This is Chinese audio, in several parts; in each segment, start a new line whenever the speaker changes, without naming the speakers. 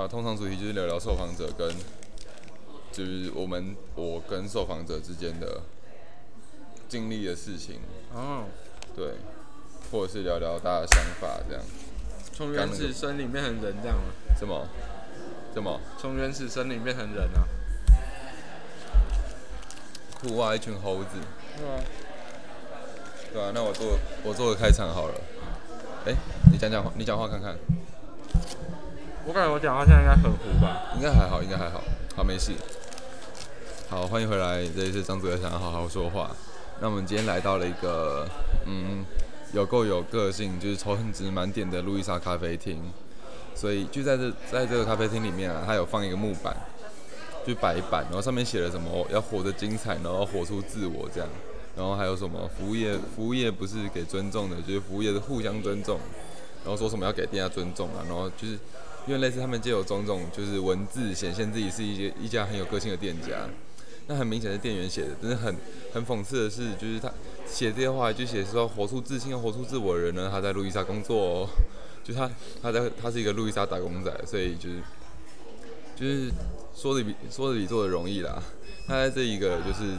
啊，通常主题就是聊聊受访者跟，就是我们我跟受访者之间的经历的事情，
哦，
对，或者是聊聊大家的想法这样。
从原始森林变成人这样吗？
什么？什么？
从原始森林变成人啊？
酷啊，一群猴子。
对啊，
对啊，那我做我做个开场好了。哎、你讲讲话，你讲话看看，
我感觉我讲话现在应该很糊吧？
应该还好，应该还好，好没事。好，欢迎回来，这里是张哲想要好好说话。那我们今天来到了一个嗯，有够有个性，就是仇恨值满点的路易莎咖啡厅。所以就在这在这个咖啡厅里面啊，它有放一个木板，就白板，然后上面写了什么要活得精彩，然后活出自我这样。然后还有什么服务业，服务业不是给尊重的，就是服务业是互相尊重。然后说什么要给店家尊重啊，然后就是因为类似他们借由种种就是文字显现自己是一些一家很有个性的店家。那很明显是店员写的，但是很很讽刺的是，就是他写这些话就写说活出自信、活出自我的人呢，他在路易莎工作、哦，就他他在他是一个路易莎打工仔，所以就是就是说的比说的比做的容易啦。他在这一个就是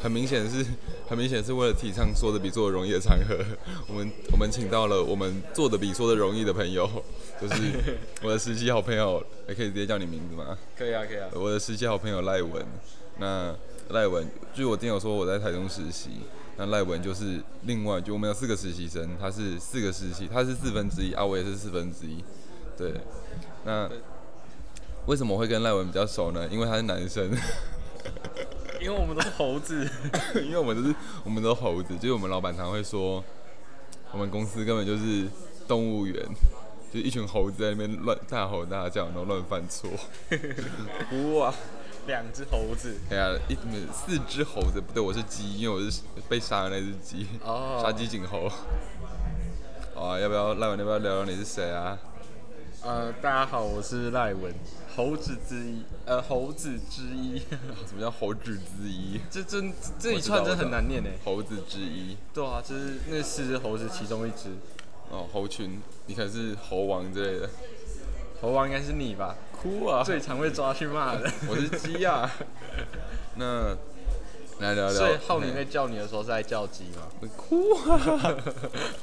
很明显是很明显是为了提倡说的比做的容易的场合，我们我们请到了我们做的比说的容易的朋友，就是我的实习好朋友，也可以直接叫你名字吗？
可以啊，可以啊。
我的实习好朋友赖文，那赖文就是我之前有说我在台中实习，那赖文就是另外就我们有四个实习生，他是四个实习，他是四分之一啊，我也是四分之一，对，那为什么会跟赖文比较熟呢？因为他是男生，
因为我们都是猴 子，
因为我们都是我们都猴子，就是我们老板常会说，我们公司根本就是动物园。就是一群猴子在那边乱大吼大叫，然后乱犯错。
哇，啊两只猴子。
哎呀，一嗯四只猴子不对，我是鸡，因为我是被杀的那只鸡，
哦
杀鸡儆猴。好啊，要不要赖文？要不要聊聊你是谁啊？
呃，大家好，我是赖文，猴子之一，呃，猴子之一。
什么叫猴子之一？
这真这一串真很难念呢。
猴子之一
对啊，就是那四只猴子其中一只，
哦，猴群，你可能是猴王之类的。
猴王应该是你吧？
哭啊！
最常被抓去骂 的。
我是鸡啊。那来聊聊。
所以浩宁在叫你的时候是在叫鸡 吗？
嗯哭啊！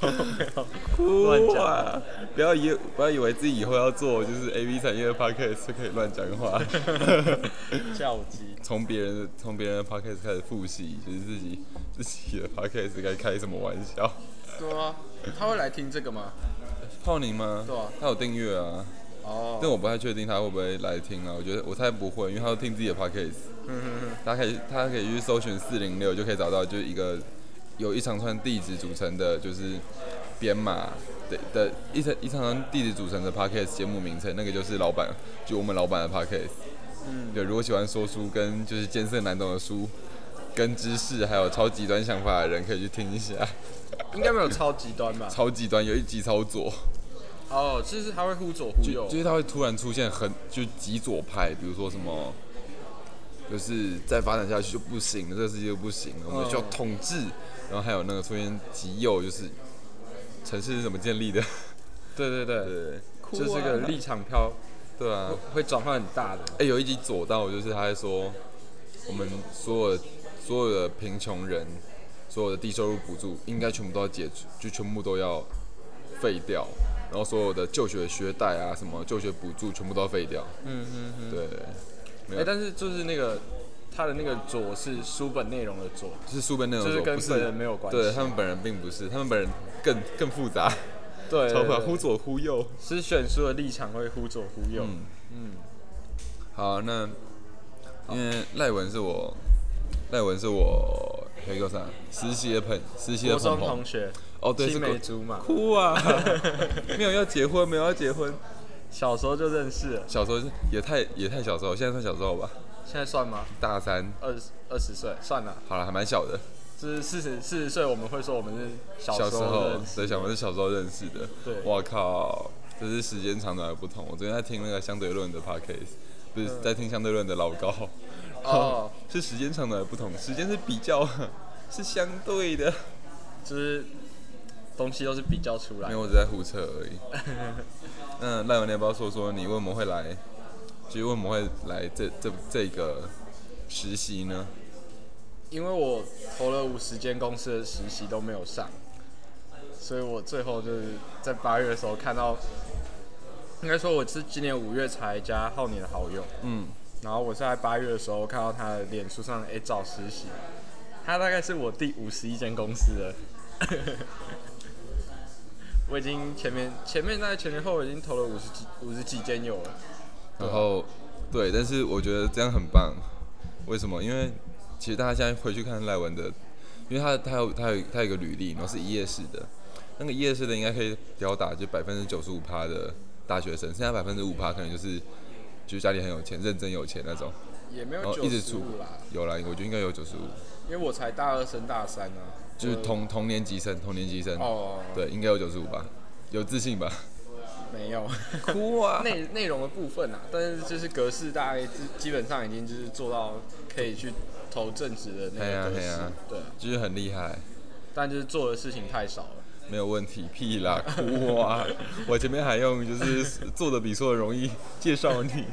乱
哭
讲
啊！不要以不要以为自己以后要做就是 A V 产业的 podcast 就可以乱讲话。
叫鸡。
从别人的从别人的 podcast 开始复习，就是自己自己的 podcast 该开什么玩笑。
对啊，他会来听这个吗？
浩宁吗？
对啊
他有订阅啊，
哦，
但我不太确定他会不会来听啊。我觉得我猜不会，因为他要听自己的 podcast。大家可以他可以去搜寻四零六，就可以找到就是一个有一长串地址组成的，就是编码的的一长一长串地址组成的 podcast 节目名称，那个就是老板，就我们老板的 podcast。嗯，对，如果喜欢说书跟就是艰涩难懂的书。跟知识还有超极端想法的人可以去听一下，
应该没有超极端吧？
超极端有一集超左，
哦，就是他会忽左忽
就
右
就。是他会突然出现很就极左派，比如说什么，就是再发展下去就不行了，这个世界就不行了，我们需要统治。然后还有那个出现极右，就是城市是怎么建立的？
对对对，
对，
这是个立场飘
对啊。
会转换很大的。
哎、有一集左到就是他在说，我们所有的所有的贫穷人，所有的低收入补助应该全部都要解除，就全部都要废掉，然后所有的就学学贷啊，什么就学补助全部都要废掉。
嗯嗯嗯。
对，没
哎、
有，
但是就是那个他的那个左是书本内容的左，
是书本内容
就是
说
跟
不是
本人没有关系
对他们本人并不是，他们本人更更复杂，
对
超
对
复杂，忽
对，
左忽右。
是选书的立场会忽左忽右。
嗯好，那因为赖文是我，赖文是我黑哥啥实习的朋实习的
国
朋
中同
朋
学，
哦，对，是
青
国
梅竹马，
哭啊， 没有要结婚，没有要结婚，
小时候就认识了，
小时候是也太也太小时候，现在算小时候吧，
现在算吗？
大三，
二十二十岁算了，
好了，还蛮小的，
就是四十四十岁，我们会说我们是小
小时候
认，识
对，小文是小时候认识的。
对
我靠，这是时间长短的不同。我昨天在听那个相对论的 podcast，不是在听相对论的老高，
哦，
是时间 长短的不同，时间是比较，是相对的。
就是东西都是比较出来
因为。我只在胡扯而已。那赖文，你要不要说说你为什么会来？就是为什么会来这这这个实习呢？
因为我投了五十间公司的实习都没有上，所以我最后就是在八月的时候看到，应该说我是今年五月才加浩年的好友，
嗯，
然后我是在八月的时候看到他的脸书上哎、诶找实习，他大概是我第五十一间公司了， 我已经前面前面大概前前后后已经投了五十几五十几间有了，
然后对，但是我觉得这样很棒。为什么？因为其实大家现在回去看赖文的，因为他他有他有他有一个履历，然后是一页式的，那个一页式的应该可以吊打就百分之九十五趴的大学生，剩下百分之五趴可能就是就是家里很有钱，认真有钱那种。
也没有
哦
九
一直
十
出
五啦，
有啦，我觉得应该有九十五，
因为我才大二升大三啊，
就是
我
同同年级生，同年级生。
哦，
对，应该有九十五吧，有自信吧？
没有。
哭啊！
内内容的部分啊，但是就是格式大概基基本上已经就是做到可以去投正职的那
嘿啊
个格
嘿
式，
啊
对啊，
就是很厉害，
但就是做的事情太少了。
没有问题，屁啦， 哭啊！我前面还用就是做的比说的容易介绍你，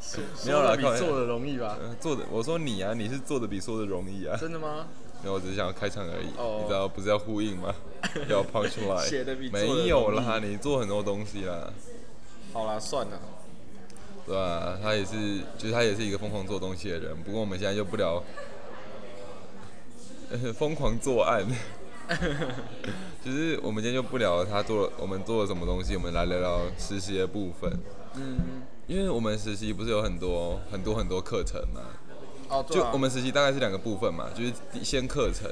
没有啦
说得
开玩
比
笑
做的容易吧？
呃做的我说你啊，你是做的比说的容易啊，
真的吗？
没有，我只是想要开场而已，
哦
你知道不是要呼应 吗？要 punch line，
写得比做的容易
没有啦，你做很多东西啦，
好啦，算了，
对吧、啊他也是，就是他也是一个疯狂做东西的人，不过我们现在就不聊， 呃疯狂作案。 就是我们今天就不聊他做了，我们做了什么东西，我们来聊聊实习的部分。
嗯，
因为我们实习不是有很多很多很多课程嘛，
哦，对
就
啊
我们实习大概是两个部分嘛，就是第先课程，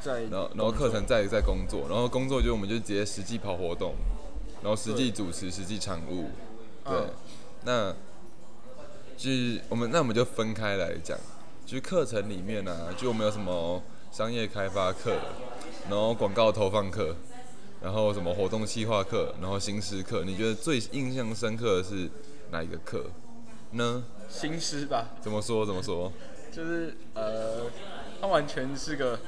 在
然后然后课程再再工作，然后工作就我们就直接实际跑活动，然后实际主持、实际场务，对，
嗯
那就是我们那我们就分开来讲，就是课程里面呢、啊，就我们有什么商业开发课，然后广告投放课，然后什么活动企划课，然后新诗课，你觉得最印象深刻的是哪一个课呢？
新诗吧，
怎么说怎么说？
就是呃，它完全是个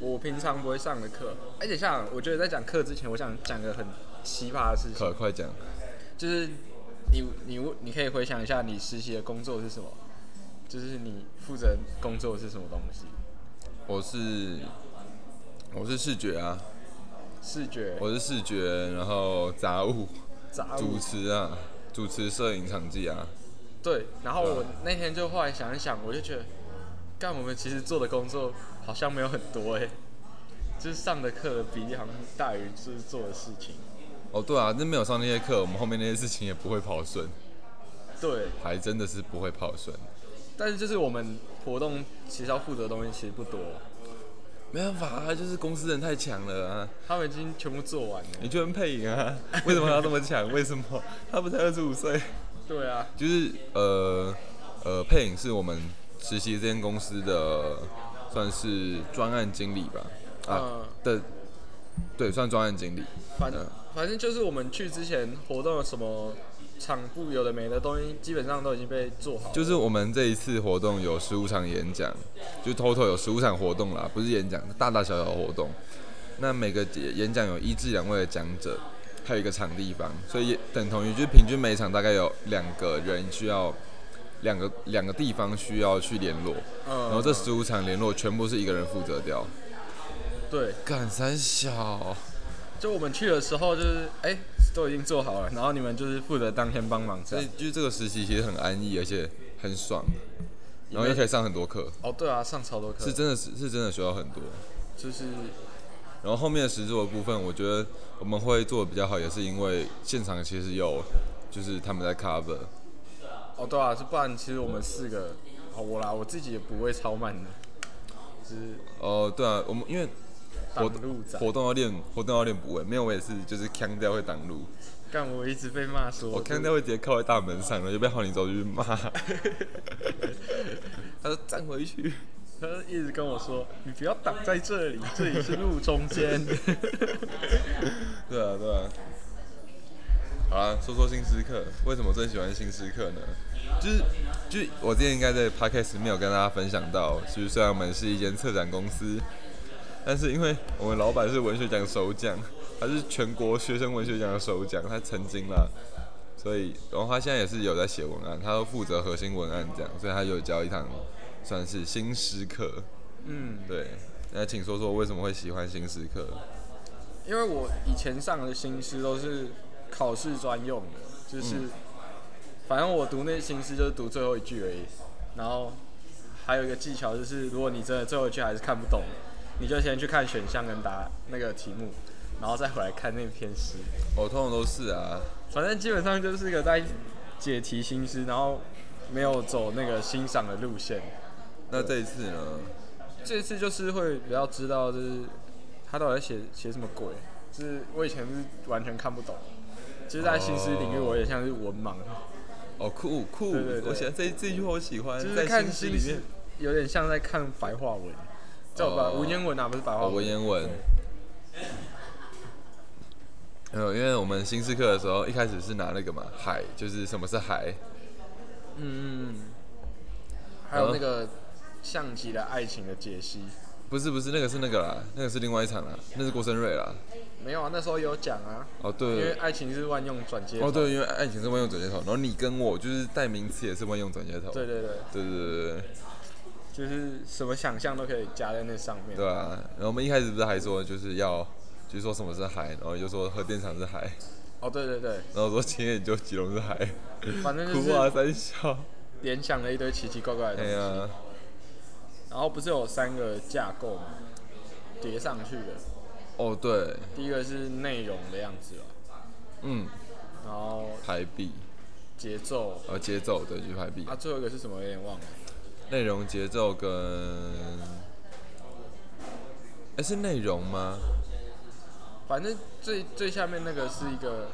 我平常不会上的课，而且像我觉得在讲课之前，我想讲个很奇葩的事情
快，快讲，
就是你你你可以回想一下你实习的工作是什么，就是你负责工作是什么东西？
我是我是视觉啊。
视觉、
我是视觉，然后杂物、
杂
主
物，
持啊，主持摄影场记啊，
对。然后
对啊
我那天就后来想一想，我就觉得，干我们其实做的工作好像没有很多哎、就是上的课的比例好像大于就是做的事情。
哦对啊，那没有上那些课，我们后面那些事情也不会跑顺，
对，
还真的是不会跑顺。
但是就是我们活动其实要负责的东西其实不多，
没办法啊，就是公司人太强了啊，
他们已经全部做完了。
你就很配影啊， 为什么他这么强？为什么他不才二十五岁？
对啊，
就是呃呃，配影是我们实习这间公司的算是专案经理吧，啊、
嗯
的，对，算专案经理。
反
嗯
反正就是我们去之前活动有什么场部有的没的东西，基本上都已经被做好了。
就是我们这一次活动有十五场演讲，就 total 有十五场活动啦，不是演讲，大大小小的活动。那每个节演讲有一至两位的讲者，还有一个场地方，所以也等同于就是平均每场大概有两个人需要两个两个地方需要去联络，
嗯，
然后这十五场联络全部是一个人负责掉。
对，
干三小，
就我们去的时候就是哎、都已经做好了，然后你们就是负责当天帮忙这
所以
样。
就是这个实习其实很安逸，而且很爽，然后又可以上很多课，
哦，对啊，上超多课
是真的是是真的学到很多。
就是
然后后面的实作的部分，我觉得我们会做的比较好，也是因为现场其实有，就是他们在 cover，
哦，对啊，是不然其实我们四个，哦我啦，我自己也不会超慢的，就是
哦，对啊，我们因为
挡
活
路仔。
活动要练，活动要练不稳，没有我也是，就是腔调会挡路，
干我一直被骂说，
我腔调会直接靠在大门上，然后就被浩宁走进去骂， 他说站回去，
他就一直跟我说，你不要挡在这里，这里是路中间。
对啊对啊。好啦，说说新诗课，为什么最喜欢新诗课呢？就是，就是我之前应该在 podcast 没有跟大家分享到，就是虽然我们是一间策展公司，但是因为我们老板是文学奖首奖，他是全国学生文学奖的首奖，他曾经啦，所以然后他现在也是有在写文案，他都负责核心文案这样，所以他有教一堂算是新诗课。
嗯，
对，那请说说为什么会喜欢新诗课？
因为我以前上的新诗都是考试专用的，就是、反正我读那新诗就是读最后一句而已。然后还有一个技巧就是，如果你真的最后一句还是看不懂，你就先去看选项跟答案那个题目，然后再回来看那篇诗。
我、通常都是啊，
反正基本上就是一个在解题新诗，然后没有走那个欣赏的路线。
那这一次呢？
这次就是会比较知道，就是他到底在写写什么鬼，就是我以前是完全看不懂。其实，在新诗领域，
哦
我有点像是文盲，
哦酷酷，
对对对
我喜欢这这句话，我喜欢
就是
在
看
新诗
新
里
诗
面。
有点像在看白话文，叫吧
哦
文言文啊，不是白话
哦，文
文。
言文。没呃有，因为我们新诗课的时候，一开始是拿那个嘛海，就是什么是海，
嗯嗯嗯。还有那个象棋的爱情的解析，
不是不是那个是那个啦，那个是另外一场啦，那是郭生瑞啦。
没有啊，那时候有讲啊，
哦
因为
对，
爱情是万用转接法。
哦对，因为爱情是万用转接头，然后你跟我就是代名词也是万用转接头。
对对对，
对对对对
就是什么想象都可以加在那上面。
对啊！然后我们一开始不是还说就是要，就是说什么是海，然后又说核电厂是海，
哦，对对对，
然后说青眼就吉隆是海，
反正就
哭啊
是
三 笑。
联想了一堆奇奇怪怪的
哎
东西。
呀，
然后不是有三个架构吗？叠上去的。
哦对，
第一个是内容的样子吧，
嗯，
然后
排比，
节奏
呃节奏对，就是排比。
啊，最后一个是什么？有点忘了。
内容、节奏跟，哎、是内容吗？
反正最最下面那个是一个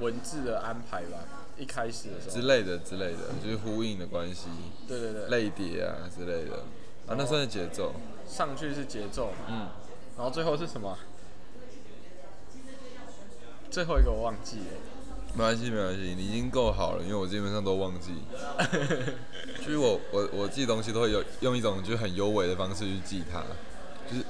文字的安排吧，一开始的时
之
候。
类的之类的，就是呼应的关系，
对对对，
类别啊之类的，啊，那算是节奏，
上去是节奏嘛，
嗯，
然后最后是什么？最后一个我忘记了。
没关系没关系，你已经够好了，因为我基本上都忘记，就是我我我记东西都会有用一种就是很优美的方式去记它，就是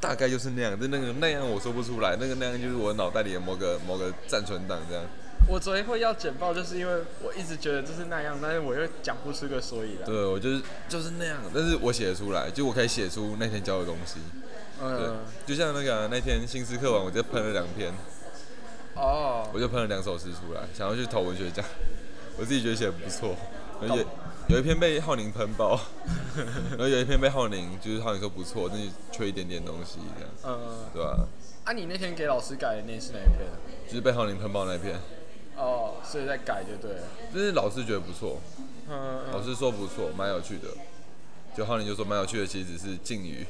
大概就是那样，但那个那样我说不出来，那个那样就是我脑袋里的某个某个暂存档这样，
我昨天会要简报，就是因为我一直觉得就是那样，但是我又讲不出个所以来。
对我就是就是那样，但是我写得出来，就我可以写出那天教的东西。对
嗯，，
就像那个啊、那天新诗课完，我就喷了两篇，
哦，
我就喷了两首诗出来，想要去投文学奖，我自己觉得写得不错，而且有一篇被浩宁喷爆， 然后有一篇被浩宁就是浩宁说不错，但是缺一点点东西这样，
嗯。
对吧、
啊，你那天给老师改的那是哪一篇啊？
就是被浩宁喷爆那篇，
哦，所以在改就对了。
但是老师觉得不错，
嗯，
老师说不错，蛮有趣的，就浩宁就说蛮有趣的，其实只是敬语，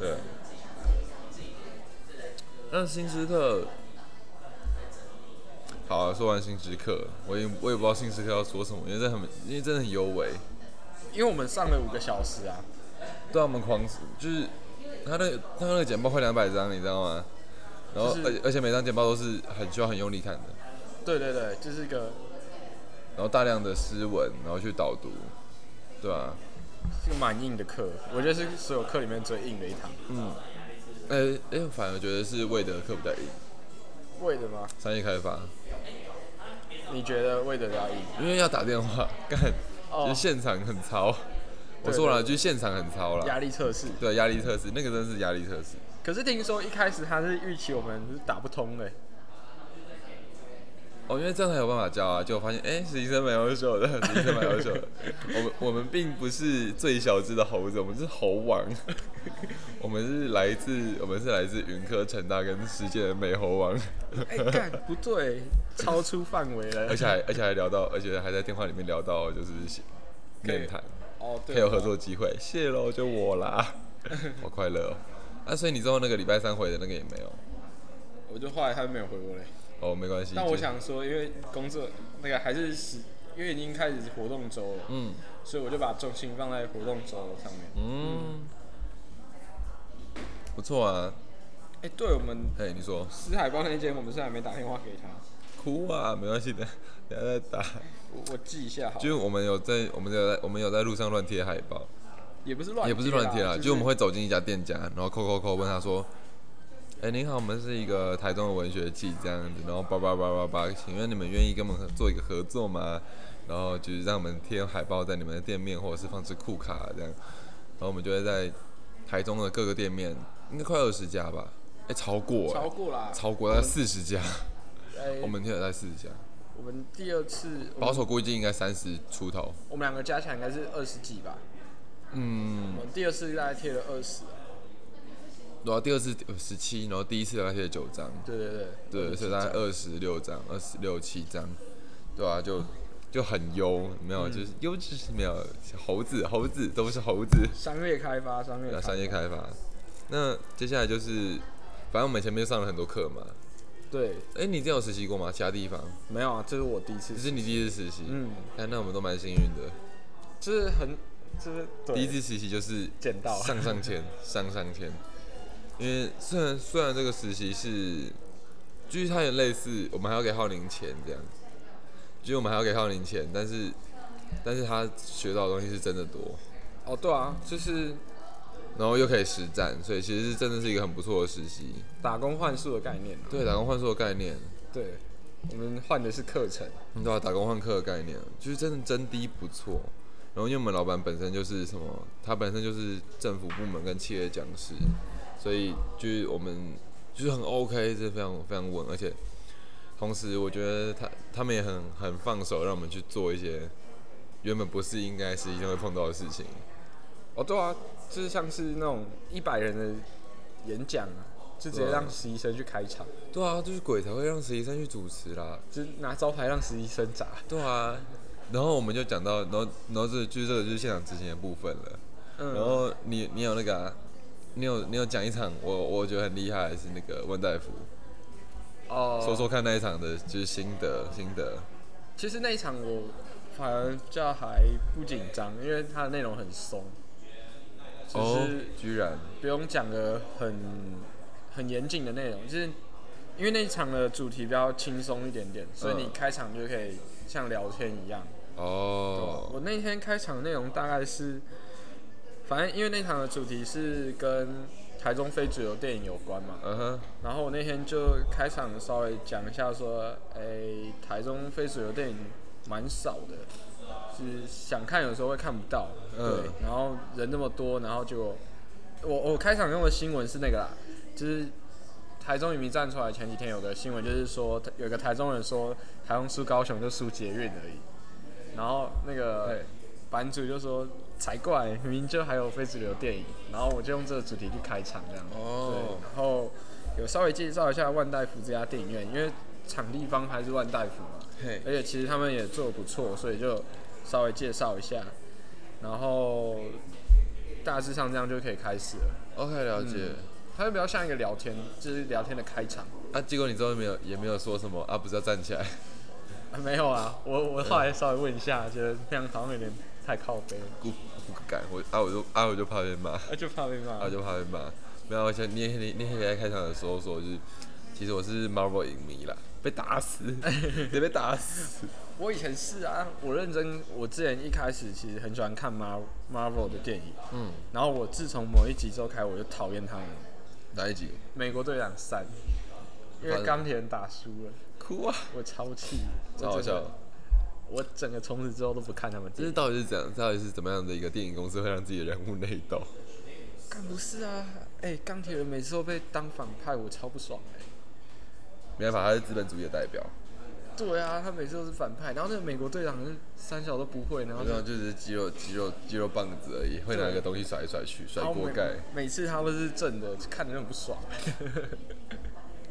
对。那新诗课，好、啊，说完新诗课，我也我也不知道新诗课要说什么，因为这很因为真的很有为，
因为我们上了五个小时啊，
对他们狂就是他那个他那个简报快两百张，你知道吗？然后
就是
而且而且每张简报都是很需要很用力看的，
对对对，就是一个
然后大量的诗文，然后去导读，对啊吧、
是个蛮硬的课，我觉得是所有课里面最硬的一堂。
呃、哎、反而觉得是魏德课比较硬，
为的吗？
商业开发。
你觉得为的要硬？
因为要打电话 干，
哦
就是现场很操。我
对
说了，就
对
是现场很操
压
了。
力测试。
对，压力测试，那个真的是压力测试。
可是听说一开始他是预期我们是打不通的，
哦，因为这样才有办法教啊。就我发现，哎、实习生蛮优 秀的，实习生蛮优秀的。我们我们并不是最小只的猴子，我们是猴 王。我们是来自我们是来自云科、成大跟世界的美猴王，
哎、干 不对，超出范围了
而。且还而且还聊到，而且还在电话里面聊到，就是面谈。
哦，对，
可以有合作机会，谢喽，就我 啦，好快乐哦。啊，所以你之后那个礼拜三回的那个也没有，
我就后来他没有回我嘞。
哦，没关系。
但
就
我，想说，因为工作那个还是十，因为已经开始活动周了，
嗯
所以我就把重心放在活动周上面。
嗯，不错啊。
哎、对我们
嘿，你说
四海报那间，我们是还没打电话给他，
哭啊，没关系的，等一下再打。
我我记一下好了。
就是我们有在，我们有在，我们有在路上乱贴海报，
也不是乱
也不是乱贴啦，啊
就
就是我们会走进一家店家，然后扣扣扣问他说：“哎、您好，我们是一个台中的文学季这样子，然后叭叭叭叭叭，请问你们愿意跟我们合做一个合作吗？然后就是让我们贴海报在你们的店面，或者是放置库卡这样，然后我们就会在台中的各个店面，应该快二十家吧，哎、超过、
超
欸，
过啦，
超过在四十家，
哎
我们贴了在四十家，
我们第二次我
保
们
守估计应该三十出头，
我们两个加起来应该是二十几吧，
嗯
我，们第二次大概贴了二十，啊
然后第二次十七，然后第一次大概贴了九张，
对对对，
对，所以大概二十六张、二十六七张，对啊，就就很优，没有，就是优质是没有猴子，猴子都是猴子，
商业开发，商业
对
开
啊，
发
商业开发。那接下来就是，反正我们前面上了很多课嘛。
对，
哎、你之前有实习过吗？其他地方？
没有啊，这是我第一次
这，是你第一次实习？
嗯，
哎、那我们都蛮幸运的，
就是很就是对
第一次实习就是
捡到
上上 签，上上签。因为虽然虽然这个实习是，就是它也类似，我们还要给浩宁钱这样，就是我们还要给浩宁钱，但是但是他学到的东西是真的多，
哦对啊，就是
然后又可以实战，所以其实是真的是一个很不错的实习。
打工换宿的概念啊，
对，打工换宿的概念，
对，我们换的是课程，
你知道打工换课的概念，就是真的真的不错。然后因为我们老板本身就是什么，他本身就是政府部门跟企业讲师，所以就是我们就是很 OK，是非常非常稳，而且同时我觉得他他们也很很放手，让我们去做一些原本不是应该是一定会碰到的事情。
哦对啊，就是像是那种一百人的演讲啊，就直接
对啊
让实习生去开场，
对啊，就是鬼才会让实习生去主持啦。
就是拿招牌让实习生砸，
对啊，然后我们就讲到，然后然后这就是这个就是现场执行的部分了。
嗯，
然后你你有那个啊、你有你有讲一场我我觉得很厉害的是那个温大夫，
哦
说说看那一场的就是心得心得，
其实那一场我反而比较还不紧张，因为它的内容很松，就
哦
是，
居然
不用讲的很很严谨的内容，就是因为那一场的主题比较轻松一点点，所以你
嗯
开场就可以像聊天一样。
哦，
我那天开场内容大概是，反正因为那场的主题是跟台中非主流电影有关嘛，
嗯哼，
然后我那天就开场稍微讲一下说，哎、台中非主流电影蛮少的，是想看有时候会看不到，
嗯
对，然后人那么多，然后就我我开场用的新闻是那个啦，就是台中影迷站出来前几天有个新闻，就是说有个台中人说台中输高雄就输捷运而已，然后那个
对
版主就说才怪，明明就还有非主流电影，然后我就用这个主题去开场这样，
哦
对，然后有稍微介绍一下万代福这家电影院，因为场地方还是万代福嘛，
嘿，
而且其实他们也做的不错，所以就稍微介绍一下，然后大致上这样就可以开始了。
，OK 了解。
它就比较像一个聊天，就是聊天的开场。
啊，结果你之后没有也没有说什么啊，不是要站起来，
啊没有啊，我我后来稍微问一下，觉得那样好像有点太靠背了，
不不敢，我啊我就啊我就怕被骂，
啊就怕被骂。
啊就怕被骂。没有，而且你也你你也在开场的时候说，就是其实我是 Marvel 影迷啦，被打 死，得被打死。
我以前是啊，我认真，我之前一开始其实很喜欢看 Mar Marvel 的电影，
嗯，
然后我自从某一集之后开始，我就讨厌他们。
哪一集？
美国队长三，因为钢铁人打输了，
哭啊！
我超气，我
超好
整个
笑。
我整个从此之后都不看他们
这
电
是
影。
到底是怎样？到底是怎么样的一个电影公司会让自己的人物内斗？
干不是啊，哎、钢铁人每次都被当反派，我超不爽哎、
没办法，他是资本主义的代表，
对啊，他每次都是反派，然后那个美国队长是三小都不会，然后
然后就只是肌肉、肌肉、肌肉棒子而已，会拿个东西甩来甩去，甩
然后
锅
每
盖。
每次他都是正的，看着就很 不爽。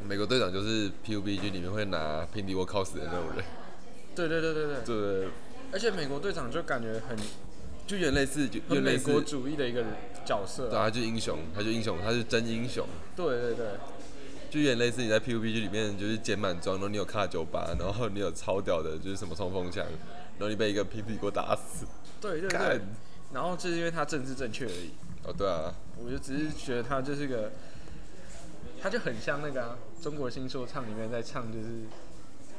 美国队长就是 PUBG 里面会拿平底锅 cos 的那种人，
对对对对对，
对，
而且美国队长就感觉很
就有点类似，就有点
很美
类
国
似，
主义的一个人角色
对，
啊、
他就英雄，他就英雄，他是真英雄，
对啊对对，
就有点类似你在 PUBG 里面就是捡满装，然后你有卡九八，然后你有超屌的，就是什么冲锋枪，然后你被一个平底锅打死。
对对对
干。
然后就是因为他政治正确而已，
哦，对啊，
我就只是觉得他就是个，他就很像那个、啊、中国新说唱里面在唱就是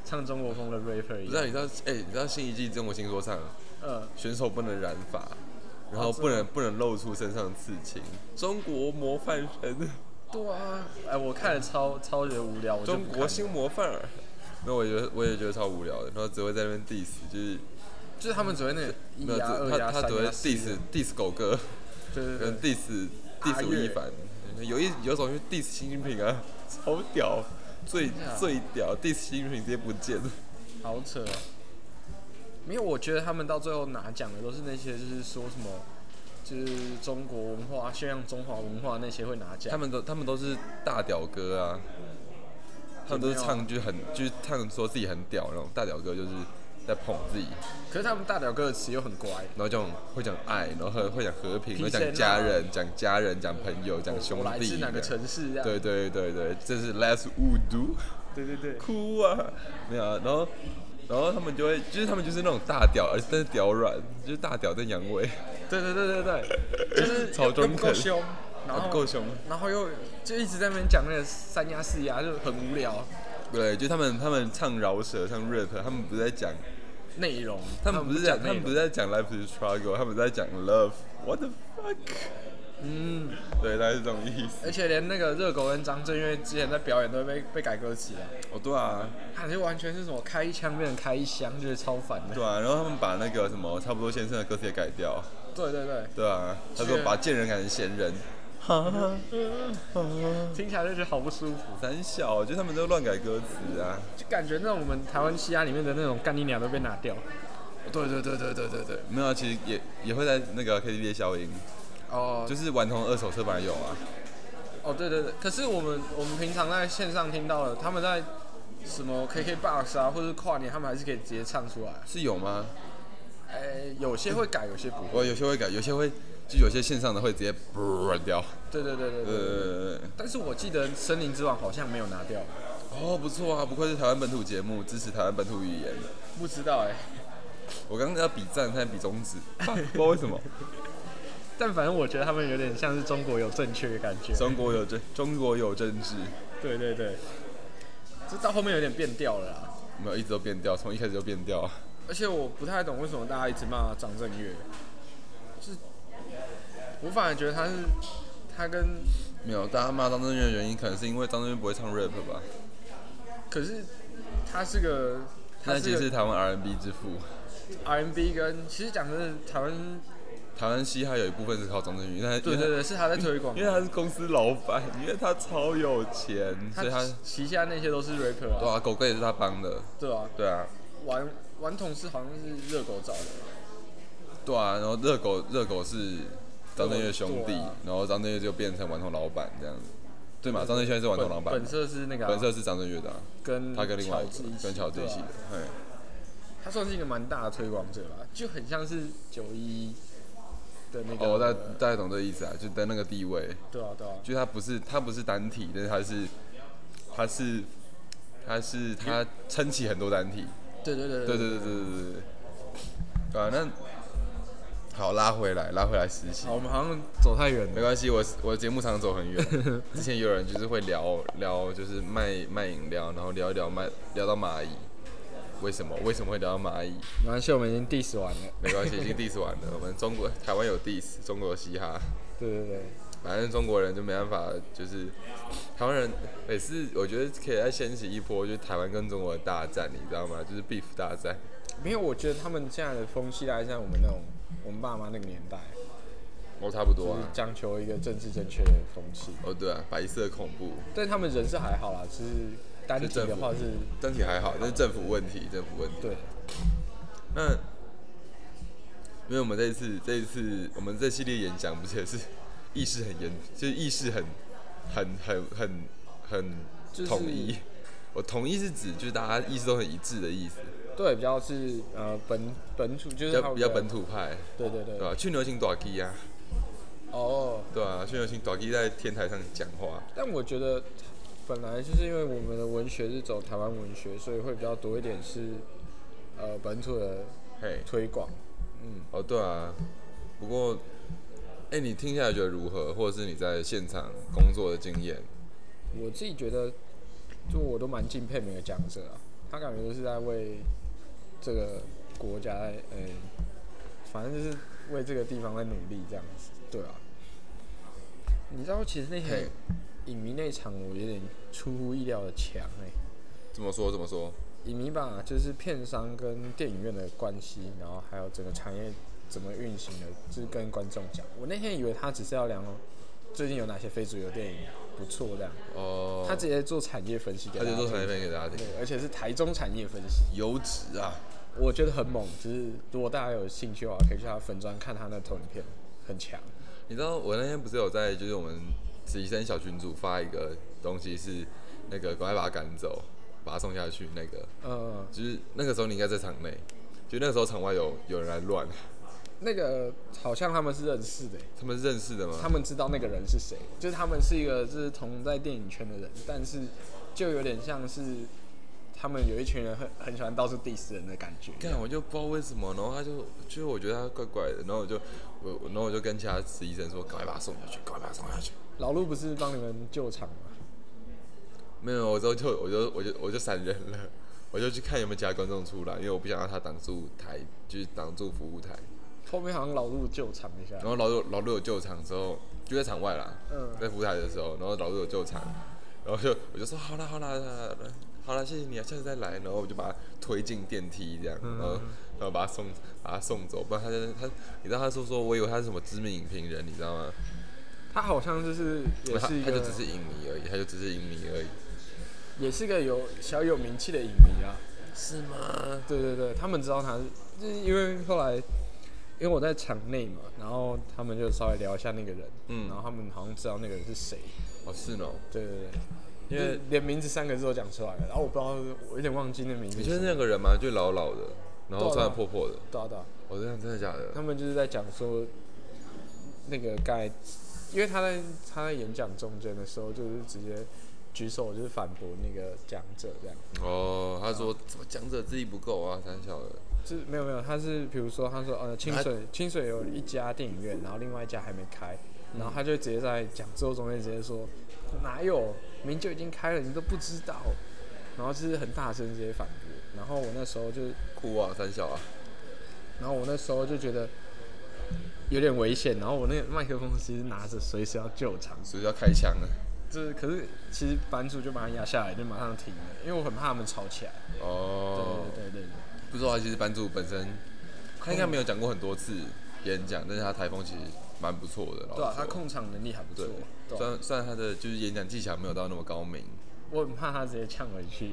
唱中国风的 rapper 一
不是啊，
样。
啊你知道，哎、你知道新一季中国新说唱
呃，
选手不能染发，然后不能不能露出身上的刺青。中国模范生，
对啊，哎，我看了超超级无聊，我就
中
不看
国
了
新模范儿。那我觉得我也觉得超无聊的，然后只会在那边 diss，就是
就是他们只会那个一
没有
呀、二
只
呀、
他他
三
只会
呀、四
diss
呀，
diss 狗哥，
对对对
跟，diss
阿
diss 吴
月
亦凡，有一有种就 diss 习近平啊， 超屌，最
真的啊
最屌 diss 习近平直接不见。
好扯、啊。没有，我觉得他们到最后拿奖的都是那些，就是说什么，就是中国文化宣扬中华文化那些会拿奖。
他们都他们都是大屌哥啊，他们都是唱就很就是唱说自己很屌那种大屌哥，就是在捧自己，
可是他们大屌哥的词又很乖，
然后这种会讲爱，然后会会讲和平，
平
会讲
身啊
家人，讲家人，讲朋友，讲兄
我来
弟
自哪
的。
个城市啊？
对对对对，这是 Let's w do
对对对，
哭啊，没有、啊，然后然后他们就会就是他们就是那种大屌，而且但是屌软，就是大屌但阳痿，
对对对对对， 就是
草中
又不够
肯啊
凶，然后
够凶。
然后又就一直在那边讲那个三压四压，就很无聊
对，就他们他们唱饶舌，唱 rap，他们不是在讲
内容。
他们不是在，
讲内
他们
容
不是在讲 life is struggle，他们在讲 love。What the fuck？
嗯，
对，大概是这种意思。
而且连那个热狗跟张震岳之前在表演都会被被改歌词啊，
哦，对啊，
感觉完全是什么开一枪变成开一箱，就是超烦的。
对啊，然后他们把那个什么差不多先生的歌词也改掉，
对对对，
对啊，他说
是
把贱人改成闲人。哈哈哈！
听起来就觉得好不舒服，
胆小，就他们都乱改歌词啊。
就感觉那种我们台湾嘻哈里面的那种干你娘都被拿掉。对对对对对对对，
没有啊，其实也也会在那个 KTV 消音，
哦，就
就是顽童二手车本来有啊。
哦对对对，可是我们我们平常在线上听到的，他们在什么 KKBOX 啊，或者是跨年，他们还是可以直接唱出来。
是有吗？
哎、有些会改，有些不会。
我有些会改，有些会，就有些线上的会直接 乱掉。
对对对对对。
呃，
但是我记得《森林之王》好像没有拿掉，
哦，不错啊，不愧是台湾本土节目，支持台湾本土语言。
不知道哎、
我刚刚要比赞，现在比中指， 不知道为什么。
但反正我觉得他们有点像是中国有正确的感觉。
中国有政，中国有政治，
对对对，这到后面有点变调了啦。
没有一直都变调，从一开始就变调啊。
而且我不太懂为什么大家一直骂张震岳，就是我反而觉得他是他跟，
没有，大家骂张震岳的原因，可能是因为张震岳不会唱 rap 吧？
可是他是个他
但其实
是
是
个
台湾 R&B 之父，
RMB 跟，其实讲真的台湾
台湾嘻哈有一部分是靠张震岳，因为他
对对对是他在推广，
因为他是公司老板，因为他超有钱，所以他
他旗下那些都是 rapper
对
啊，
啊，狗哥也是他帮的，
对啊，
对啊，
顽顽童是好像是热狗找的，
对啊，然后热狗热狗是张震岳兄弟
对啊，
然后张震岳就变成顽童老板这样子，对嘛？张震岳现在是顽童老板嘛，
本色是那个啊、
本色是张震岳的啊、
跟
他跟另外一
治
个
一起
跟乔治一起
对
的
啊，
嘿
他算是一个蛮大的推广者吧，就很像是九一的那个。
哦，大大家懂这意思啊，就在那个地位，
对啊对啊，
就他不是他不是单体，但是他是他是他是他撑起很多单体，
对对
对
对
对对对对对对，对啊，那好拉回来拉回来实习
好，。我们好像走太远
没
了。
关系，我我的节目常走很远。之前有人就是会聊聊，就是卖卖饮料，然后聊一聊卖聊到蚂蚁，为什么为什么会聊到蚂蚁？
没关系，我们已经 diss 完了。
没关系，已经 diss 完了。我们中国台湾有 diss，中国有嘻哈，
对对对，
反正中国人就没办法，就是台湾人每次我觉得可以再掀起一波，就是台湾跟中国的大战，你知道吗？就是 beef 大战。
没有，我觉得他们现在的风气大概像我们那种我们爸妈那个年代，
哦，差不多
就是
啊。
讲求一个政治正确的风气。
哦，对啊，白色恐怖，
但他们人是还好啦，只是单体的话是，
整体还好，但是政府问题，政府问题。
对，
那因为我们这一次，这一次我们这系列演讲不是也是意识很严，就是意识很很很很
就
很
是
统一。我统一是指就是大家意识都很一致的意思，
对，比较是呃本本土，就
比
是他
较
们
比较
的
本，土派，
对对
对
对，
吧、去牛请短 K 啊，
哦，
对啊，去牛请短 K 在天台上讲话，
但我觉得本来就是因为我们的文学是走台湾文学，所以会比较多一点是呃本土的
嘿，
推广。嗯，
哦对啊，不过，哎、你听下来觉得如何？或者是你在现场工作的经验？
我自己觉得，就我都蛮敬佩每个讲者啊，他感觉都是在为这个国家在呃反正就是为这个地方在努力这样子。对啊，你知道其实那天
嘿
影迷那场我有点出乎意料的强哎、
怎么说怎么说？
影迷吧，就是片商跟电影院的关系，然后还有整个产业怎么运行的，就是跟观众讲。我那天以为他只是要聊最近有哪些非主流电影不错这样，
哦，
他直接做产业分析给
他
大家
就
听，
做台片给大家听
对，，而且是台中产业分析，
油脂啊，
我觉得很猛。就是如果大家有兴趣的话，可以去他的粉专看他那投影片，很强。
你知道我那天不是有在就是我们实习生小群组发一个东西是那个赶快把他赶走，把他送下去那个，
嗯，
就是那个时候你应该在场内，就那个时候场外有有人来乱，
那个好像他们是认识的欸、
他们是认识的吗？
他们知道那个人是谁，就是他们是一个就是同在电影圈的人，但是就有点像是他们有一群人很很喜欢到处 diss 人的感觉。
干，我就不知道为什么，然后他就就是我觉得他怪怪的，然后我就我我然后我就跟其他实习生说，赶快把他送下去，赶快把他送下去。
老陆不是帮你们救场吗？
没有，我之后就我就我就我就闪人了，我就去看有没有其他观众出来，因为我不想让他挡住台，就是挡住服务台。
后面好像老陆救场一下
然，后老六老六有救场之后，就在场外啦，
嗯
在服务台的时候，然后老六有救场，然后就我就说好啦好啦好啦好啦，谢谢你啊，下次再来。然后我就把他推进电梯这样，
嗯
然后然后把他送把他送走，不然他在他你知道他说说，我以为他是什么知名影评人，你知道吗？
他好像就是也
他
是一
他
个
就只是影迷而已，他就只是影迷而已，
也是个有小有名气的影迷啊。
是吗？
对对对，他们知道他是，就是因为后来，因为我在场内嘛，然后他们就稍微聊一下那个人，
嗯
然后他们好像知道那个人是谁，
哦是哦，
对对对，
因
就
为
是连名字三个字都讲出来了，然后我不知道，我有点忘记那名字
你
是什
就
么。
是那个人嘛，就老老的，然后
对啊
穿的破破的，
对啊对啊
我、哦、这样真的假的？
他们就是在讲说，那个盖，因为他在他在演讲中间的时候，就是直接举手就是反驳那个讲者这样，
哦，他说怎么讲者自己不够啊，三小的。
就是没有没有，他是比如说他说呃清水清水有一家电影院，然后另外一家还没开，然后他就直接在讲座中间直接说哪有，明就已经开了，你都不知道，然后就是很大声直接反驳，然后我那时候就是
哭啊，三小啊，
然后我那时候就觉得有点危险，然后我那个麦克风其实拿着，随时要救场，
所以要开枪了。
就是可是其实版主就把它压下来，就马上停了，因为我很怕他们吵起来。
哦，
对对对对对，
不知道其实版主本身，他应该没有讲过很多次演讲，但是他台风其实蛮不错的。
对啊，
老
他
实说
控场能力还不错
对，，
对
虽
啊
然虽然他的就是演讲技巧没有到那么高明，
我很怕他直接呛回去。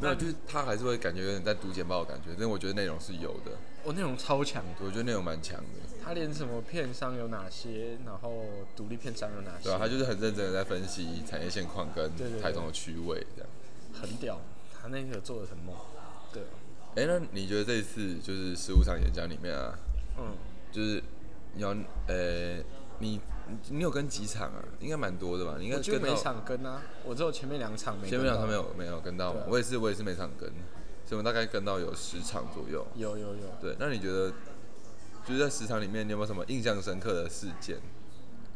没有，就是他还是会感觉有点在读简报的感觉，但我觉得内容是有的，
我内容超强的，
我觉得内容蛮强的，
他连什么片商有哪些，然后独立片商有哪些，
对啊吧、他就是很认真的在分析产业现况跟
对对对
台中的区位这样。
很屌，他那个做的很猛。对啊，
哎、那你觉得这一次就是十五场演讲里面啊，
嗯，
就是你要呃，你你你有跟几场啊？应该蛮多的吧？你应该
我就
跟
每
到
场跟啊，我只有前面两场没跟到，
前面两场没有没有跟到嘛
对啊
我也是我也是每场跟，所以我们大概跟到有十场左右。
有有有，
对，那你觉得就是在十场里面，你有没有什么印象深刻的事件？啊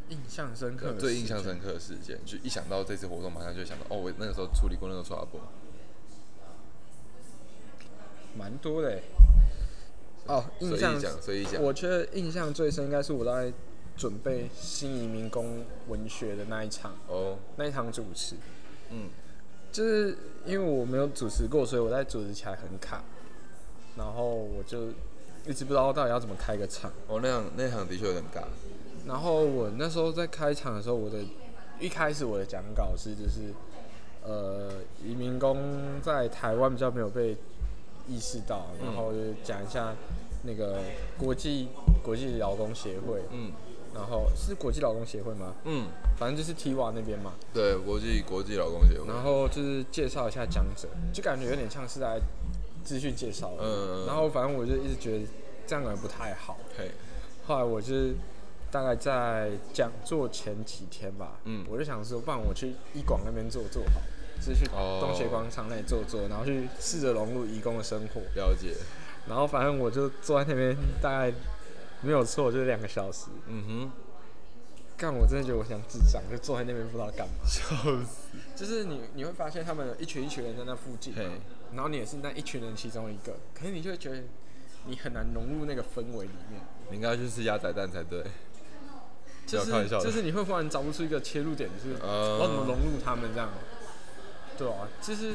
印象深刻的
最
事
印象
情
深刻的事件，就一想到这次活动，马上就想到哦，我那个时候处理过那个刷波。
蛮多的欸。哦，
随
印
意
象
讲，随意讲。
我觉得印象最深应该是我在准备新移民工文学的那一场，
哦，
那一场主持，
嗯，
就是因为我没有主持过，所以我在主持起来很卡，然后我就一直不知道到底要怎么开个场。
哦，那场那场的确有点尬。
然后我那时候在开场的时候，我的一开始我的讲稿是就是，呃，移民工在台湾比较没有被意识到，然后就是讲一下那个国际国际劳工协会，
嗯
然后是国际劳工协会吗？
嗯，
反正就是 t 瓦那边嘛，
对，国际国际劳工协会。
然后就是介绍一下讲者，就感觉有点像是在资讯介绍，
嗯嗯
然后反正我就一直觉得这样感觉不太好，
嘿，
后来我就是大概在讲座前几天吧，
嗯
我就想说，不然我去医广那边坐坐好，就是去
哦
东协广场那里坐坐，然后去试着融入移工的生活。
了解。
然后反正我就坐在那边，大概没有错，就是两个小时。
嗯哼，
干，我真的觉得我想智障，就坐在那边不知道干嘛。
笑死。
就是你你会发现他们有一群一群人在那附近嘛
嘿，
然后你也是那一群人其中一个，可是你就会觉得你很难融入那个氛围里面。
你应该去吃鸭仔蛋才 对。
就
啊开玩
是
笑的
就是你会忽然找不出一个切入点，就是
呃
我要怎么融入他们这样。对啊，就是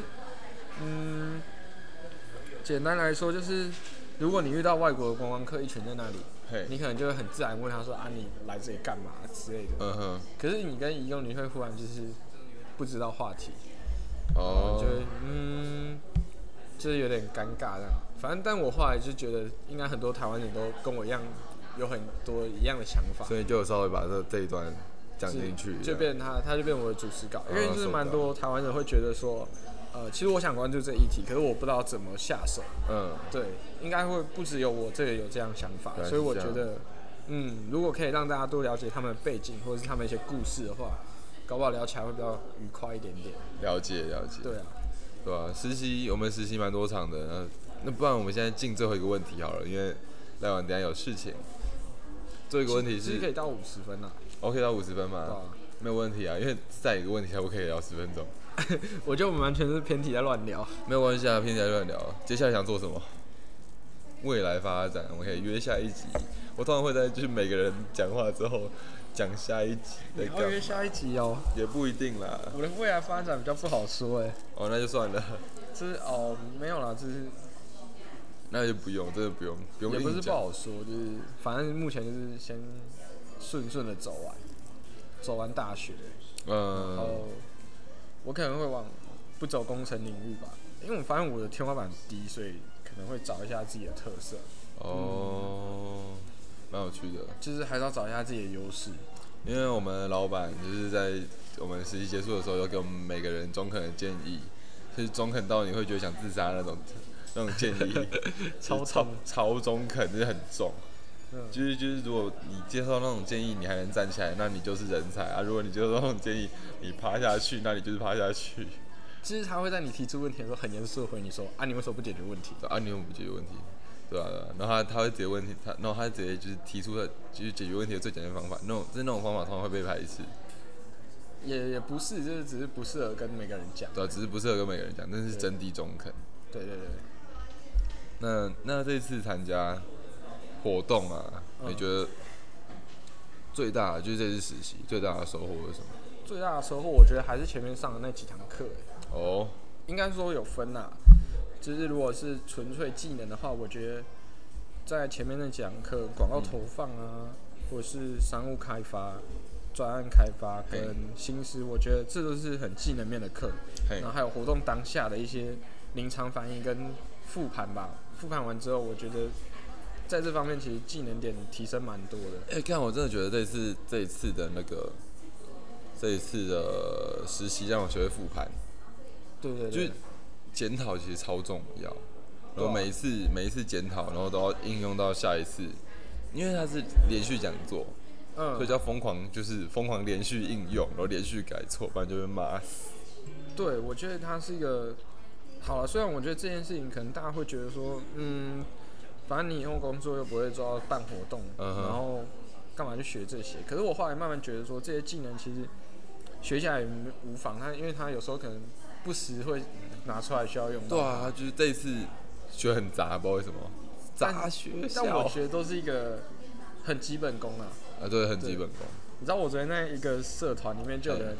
嗯，简单来说就是，如果你遇到外国的观光客一群在那里，
嘿，
你可能就会很自然问他说啊，你来这里干嘛之类的。
嗯哼，
可是你跟移动，你会忽然就是不知道话题，
哦，
就会嗯，就是有点尴尬这样。反正但我后来就觉得，应该很多台湾人都跟我一样，有很多一样的想法。
所以就稍微把这这一段讲
是
进去，啊
就变成他，他就变我的主持稿，因为就是
手
蛮
稿
多台湾人会觉得说，呃，其实我想关注这议题，可是我不知道怎么下手。
嗯，
对，应该会不只有我这里有这样想法
原，来
所以
是
我
这
觉
样
得，嗯，如果可以让大家多了解他们的背景或者是他们一些故事的话，搞不好聊起来会比较愉快一点点。
了解了解，
对啊，
对吧、实习我们实习蛮多场的，那那不然我们现在进最后一个问题好了，因为赖完等一下有事情。最后一个问题
其实可
是
以到五十分啊啦，
OK 到五十分
对
吗？
吧？
没有问题啊，因为再一个问题还不可以聊十分钟，
我觉得我们完全是偏题在乱聊。
没有关系啊，偏起来乱聊。接下来想做什么？未来发展，我们可以约下一集。我通常会在就是每个人讲话之后讲下一集在
然后
干
约
嘛，
下一集哦，
也不一定啦。
我的未来发展比较不好说哎、
哦，那就算了。
这是哦没有啦，这是
那就不用，真的不用，不用
也不是
硬
不
讲。
好说，就是反正目前就是先顺顺的走完，走完大学，然
嗯，
后哦我可能会往不走工程领域吧，因为我发现我的天花板低，所以可能会找一下自己的特色，
哦，蛮有趣的。
就是还是要找一下自己的优势。
因为我们老板就是在我们实习结束的时候，要给我们每个人中肯的建议，就是中肯到你会觉得想自杀那种那种建议，就是超
超中
超中肯，就是很重。
嗯
就是就是，如果你接受那种建议，你还能站起来，那你就是人才啊！如果你接受那种建议，你趴下去，那你就是趴下去。
就是他会在你提出问题的时候很严肃的回你说啊，你为什么不解决问题？
对啊，你有不解决问题，对啊，对啊然后他他会直接问题，他然后他直接就是提出了就是解决问题的最简单方法，那种就是那种方法通常会被排斥，
也也不是，就是只是不适合跟每个人讲。
对啊，只是不适合跟每个人讲，但是真谛中肯。
对对对对，
那那这次参加活动啊，你
嗯
觉得最大的就是这次实习最大的收获是什么？
最大的收获我觉得还是前面上的那几堂课、欸
哦，
应该说有分啦、就是如果是纯粹技能的话，我觉得在前面那几堂课，广
嗯
告投放啊，或者是商务开发、专案开发
嘿
跟新思，我觉得这都是很技能面的课。
嘿
然后，还有活动当下的一些临场反应跟复盘吧。复盘完之后，我觉得在这方面其实技能点提升蛮多的。
哎、看我真的觉得这次这一次的那个这一次的实习让我学会复盘。
对对
就是
对，
检讨其实超重要，然
对
后
啊
每一次每一次检讨，然后都要应用到下一次，因为它是连续讲座，
嗯
所以，叫疯狂，就是疯狂连续应用，然后连续改错，不然就被骂死。
对，我觉得它是一个好了。虽然我觉得这件事情可能大家会觉得说，嗯，反正你以后工作又不会做到办活动，
嗯哼
然后干嘛去学这些？可是我后来慢慢觉得说，这些技能其实学下来也没无妨，它因为它有时候可能不时会拿出来需要用到。
对啊，就是这一次学很杂，不知道为什么
但
杂学校
但我觉得都是一个很基本功啊。
啊，对，很基本功。
你知道我昨天在一个社团里面就有
嗯
人，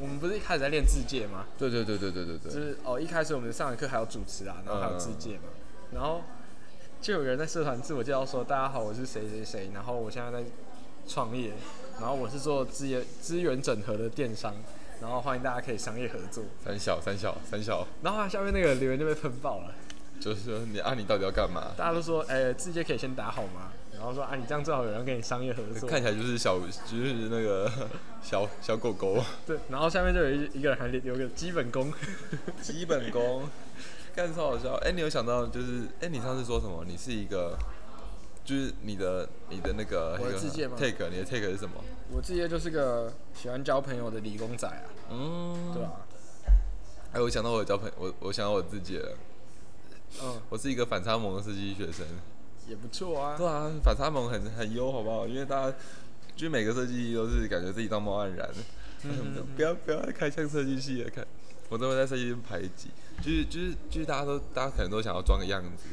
我们不是一开始在练字界吗？
对对对对对对对
就，是哦，一开始我们上的课还有主持啊，然后还有自介嘛，然后就有人在社团自我介绍说：“大家好，我是谁谁谁，然后我现在在创业，然后我是做资源资源整合的电商，然后欢迎大家可以商业合作。
三小三小三小，”
然后下面那个留言就被喷爆了，
就是说你啊，你到底要干嘛？
大家都说：“哎、自介可以先打好吗？”然后说：“啊，你这样最好有人跟你商业合作。”
看起来就是小，就是那个 小小狗狗。
对，然后下面就有一一个人还留留个基本功，
基本功， 干超好笑。哎、你有想到就是，哎、你上次说什么？你是一个，就是你的你的那个
我
那
的
个
自介吗
tag，你的 tag 是什么？
我自己就是个喜欢交朋友的理工仔啊，
嗯，
对吧、啊
哎、我想到我的交朋我我想到我自己了。
嗯，
我是一个反差萌的司机学生。
也不错啊。
对啊，反差萌很很优，好不好？因为大家。就每个设计都是感觉自己道貌岸然，
嗯
不要不要开枪设计系了，看我都会在设计系排挤，就是就是就是大家都大家可能都想要装个样子，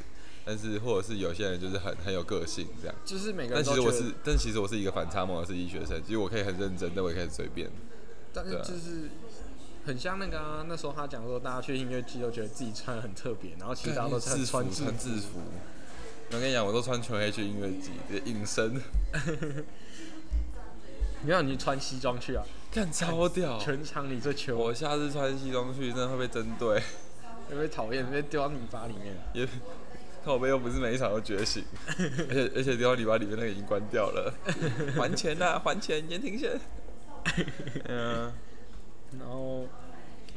但是或者是有些人就是很很有个性这样。
就是每个
但
人
其
都
实
觉
我
得
是，，但其实我是一个反差萌的是医学生，其实我可以很认真，但我也可以随便。
但是
对啊
就是很像那个、啊、那时候他讲说，大家去音乐季都觉得自己穿的很特别，然后其实大家都
制
穿
服
穿制服
穿制服。我跟你讲，我都穿全黑去音乐季，直接隐身，
没有你穿西装去啊，
干超屌。
全场你最球
我下次穿西装去，真的会被针对，
会被讨厌，被丢到泥巴里面。
也 靠背又不是每一场都觉 醒，而且而且丢到篱笆里面那个已经关掉了，还钱呐、还钱，言庭先。嗯，
然后，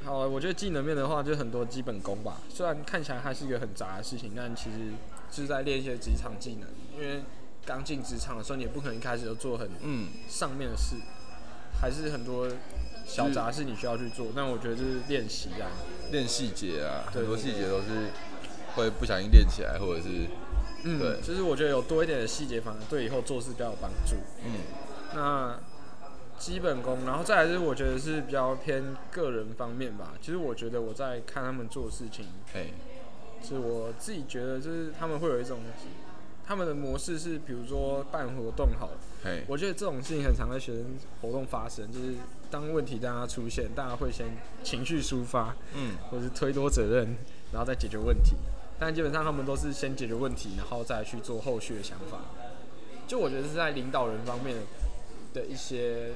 好啊，我觉得技能面的话，就很多基本功吧。虽然看起来它是一个很杂的事情，但其实是在练一些职场技能。因为刚进职场的时候，你也不可能一开始就做很
嗯，
上面的事，还是很多小杂事你需要去做。但我觉得就是练习啊，
练细节啊，
对
很多细节都是会不小心练起来，或者是对
嗯，就是我觉得有多一点的细节，反而对以后做事比较有帮助。
嗯
那基本功，然后再来就是我觉得是比较偏个人方面吧。其实我觉得我在看他们做事情，
嘿，
是我自己觉得，就是他们会有一种，他们的模式是，比如说办活动好了，
嘿，
我觉得这种事情很常在学生活动发生，就是当问题大家出现，大家会先情绪抒发，
嗯，
或是推脱责任，然后再解决问题。但基本上他们都是先解决问题，然后再去做后续的想法。就我觉得是在领导人方面的一些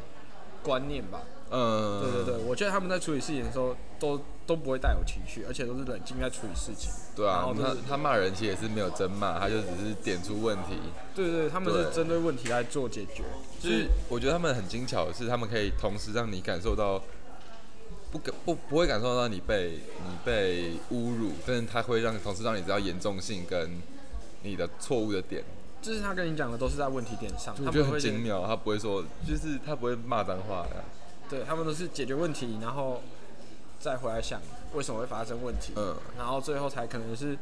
观念吧。
嗯，
对对对，我觉得他们在处理事情的时候都都不会带有情绪，而且都是冷静在处理事情。
对
然
啊
后，就
他
是
他骂人其实也是没有真骂，他就只是点出问题。
对对，他们
对嗯
是针对问题来做解决。
就是我觉得他们很精巧的是，他们可以同时让你感受到不感不不会感受到你被你被侮辱，但是他会让同时让你知道严重性跟你的错误的点，
就是他跟你讲的都是在问题点上，
我
他
觉得
们
很
会
精
先
嗯妙。他不会说，就是他不会骂脏话啊的。
对他们都是解决问题，然后再回来想为什么会发生问题，
嗯
然后最后才可能是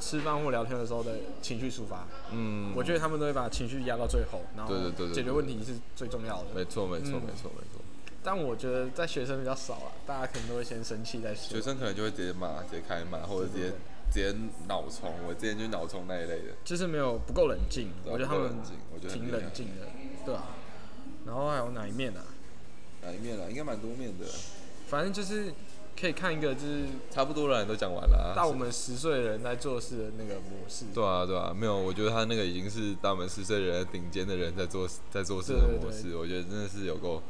吃饭或聊天的时候的情绪抒发。
嗯，
我觉得他们都会把情绪压到最后，然后
对对对对对
解决问题是最重要
没
的。
错没错
嗯
没错没错。
但我觉得在学生比较少了，大家可能都会先生气再说
学。生可能就会直接骂，直接开骂，或者直
对对
接直接脑冲。我之前就脑冲那一类的。
就是没有不够冷静，
对啊
我觉得他
不够
们
冷静我觉得很
挺
厉害
冷静的，对啊。然后还有哪一面啊？
哪一面啊？应该蛮多面的，
反正就是可以看一个就是
差不多了，你都讲完了、啊。
大我们十岁的人在做事的那个模式。
对啊，对啊，没有，我觉得他那个已经是大门十岁人顶尖的人在做在做事的
对对
模
对
式，我觉得真的是有够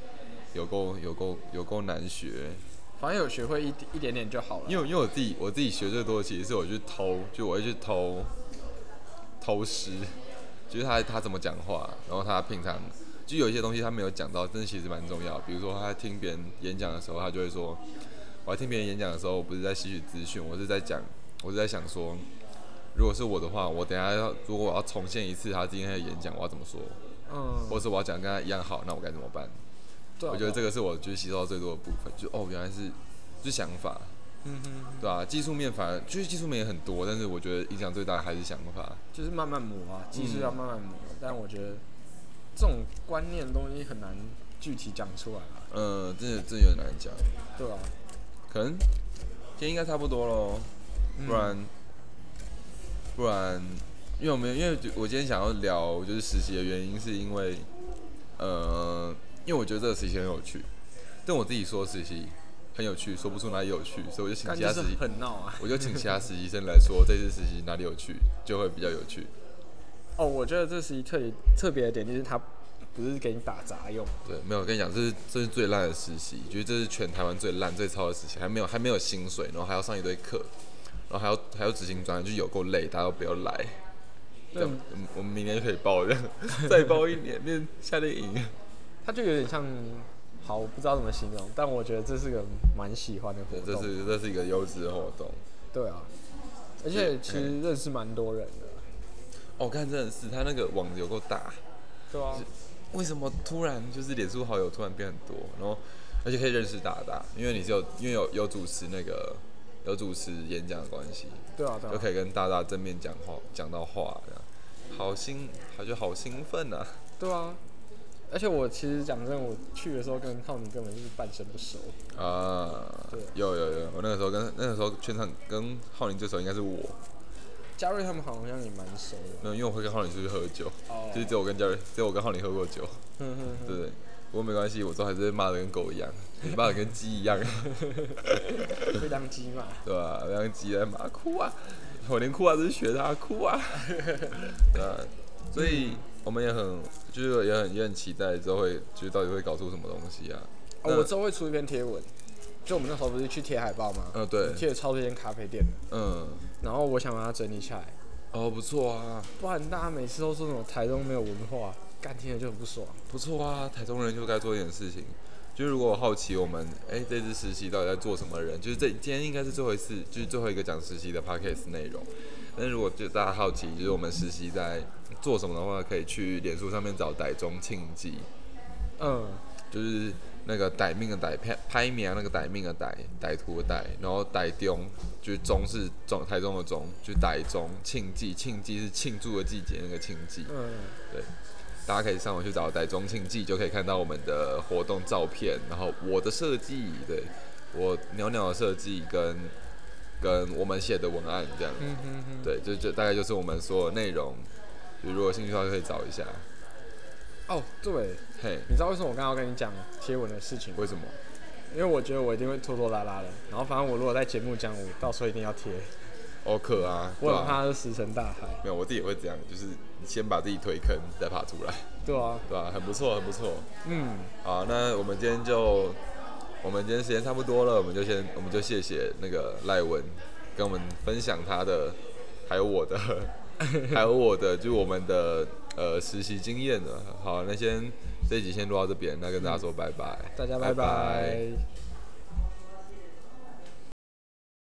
有够有够有够难学。
反正有学会一点一点点就好了。
因为因为我自己我自己学最多的其实是我去偷，就我会去偷偷师，就是他他怎么讲话，然后他平常就有一些东西他没有讲到，但是其实蛮重要。比如说他听别人演讲的时候，他就会说，我在听别人演讲的时候，我不是在吸取资讯，我是在讲，我是在想说，如果是我的话，我等一下要如果我要重现一次他今天的演讲，我要怎么说，
嗯，
或者是我要讲跟他一样好，那我该怎么办？
对啊
我觉得这
对啊
个是我就是吸收到最多的部分，就哦原来是就是想法。
嗯哼，
对啊，技术面反而就是技术面也很多，但是我觉得影响最大的还是想法。
就是慢慢磨啊，技术
嗯
要慢慢磨。但我觉得这种观念的东西很难具体讲出来啊，
呃，真的真的有点难讲，
对啊。
可能今天应该差不多喽，
嗯
不然、不然，因为我们因为我今天想要聊就是实习的原因，是因为呃，因为我觉得这个实习很有趣，但我自己说实习很有趣，说不出哪里有趣，所以我就请
感
其
觉
他
是
实习，
很闹啊。
我就请其他实习生来说这次实习哪里有趣，就会比较有趣。
哦，我觉得这是一特别特别的点，就是它不是给你打杂用，
对，没有，我跟你讲，这是这是最烂的实习，觉得这是全台湾最烂、最超的实习，还没有还没有薪水，然后还要上一堆课，然后还要还要执行专案，就有够累，大家都不要来。这
对
样，我们我们明年就可以报这样， 再报一年变夏令营。
它就有点像，好，我不知道怎么形容，但我觉得这是个蛮喜欢的活
对，
动。
这是这是一个优质的活动。
对啊，而且其实认识蛮多人的，
哦，看真的是他那个网有够大，
对啊，
为什么突然就是脸书好友突然变很多，然后而且可以认识大大，因为你是有因为有有主持那个有主持演讲的关系，
对啊，对
就
啊，
可以跟大大正面讲话，讲到话这样，好兴，我觉得好兴奋啊！
对啊。而且我其实讲真，我去的时候跟浩宁根本就是半生不熟，
啊
啊对，
有有有，我那个时候跟那个时候全场跟浩宁最熟应该是我，
嘉瑞他们好像也蛮熟的。
没有，因为我会跟浩林出去喝酒，
哦嗯
就是只有我跟嘉瑞，只有我跟浩林喝过酒，
哼哼哼
对不对？不过没关系，我都还是会骂的跟狗一样，你骂的跟鸡一样，
会当鸡嘛？
对吧、啊？让鸡来骂哭啊，我连哭啊都是学他哭 啊，对啊，所以我们也很就是也很也很期待之后会就是到底会搞出什么东西啊？
哦，
那
我之后会出一篇贴文，就我们那时候不是去贴海报吗？
呃，对，
贴了超多间咖啡店的，
嗯，
然后我想把它整理下来，
哦，不错啊，
不然大家每次都说什么台中没有文化，干听了就很不爽。
不错啊，台中人就该做一点事情。就如果我好奇我们哎、这次实习到底在做什么人，就是这今天应该是最后一次，就是最后一个讲实习的 podcast 内容。但如果就大家好奇，就是我们实习在做什么的话，可以去脸书上面找傣中庆记，
嗯，
就是那个傣命的傣拍拍名啊那个傣命的傣傣图的傣，然后傣中就是中是中台中的中，就是傣中庆记，庆记是庆祝的季节那个庆记。
嗯，
大家可以上网去找台中庆记，就可以看到我们的活动照片，然后我的设计，对我鸟鸟的设计跟跟我们写的文案这样，
嗯哼哼。
对，就就大概就是我们所有内容。就如果有兴趣的话，可以找一下。
哦，对，
嘿，
你知道为什么我刚刚跟你讲贴文的事情吗？
为什么？
因为我觉得我一定会拖拖拉拉的。然后反正我如果在节目讲，我到时候一定要贴，
哦，可啊，对
我很
啊。
怕是石沉大海。
没有，我自己也会这样，就是先把自己推坑，再爬出来，
对啊，
对吧、很不错，很不错。
嗯，
好，那我们今天就，我们今天时间差不多了，我们就先，我们就谢谢那个赖文跟我们分享他的，还有我的， 还有我的，就是我们的呃实习经验了。好，那先这一集先录到这边，那跟大家说拜拜，
大家拜拜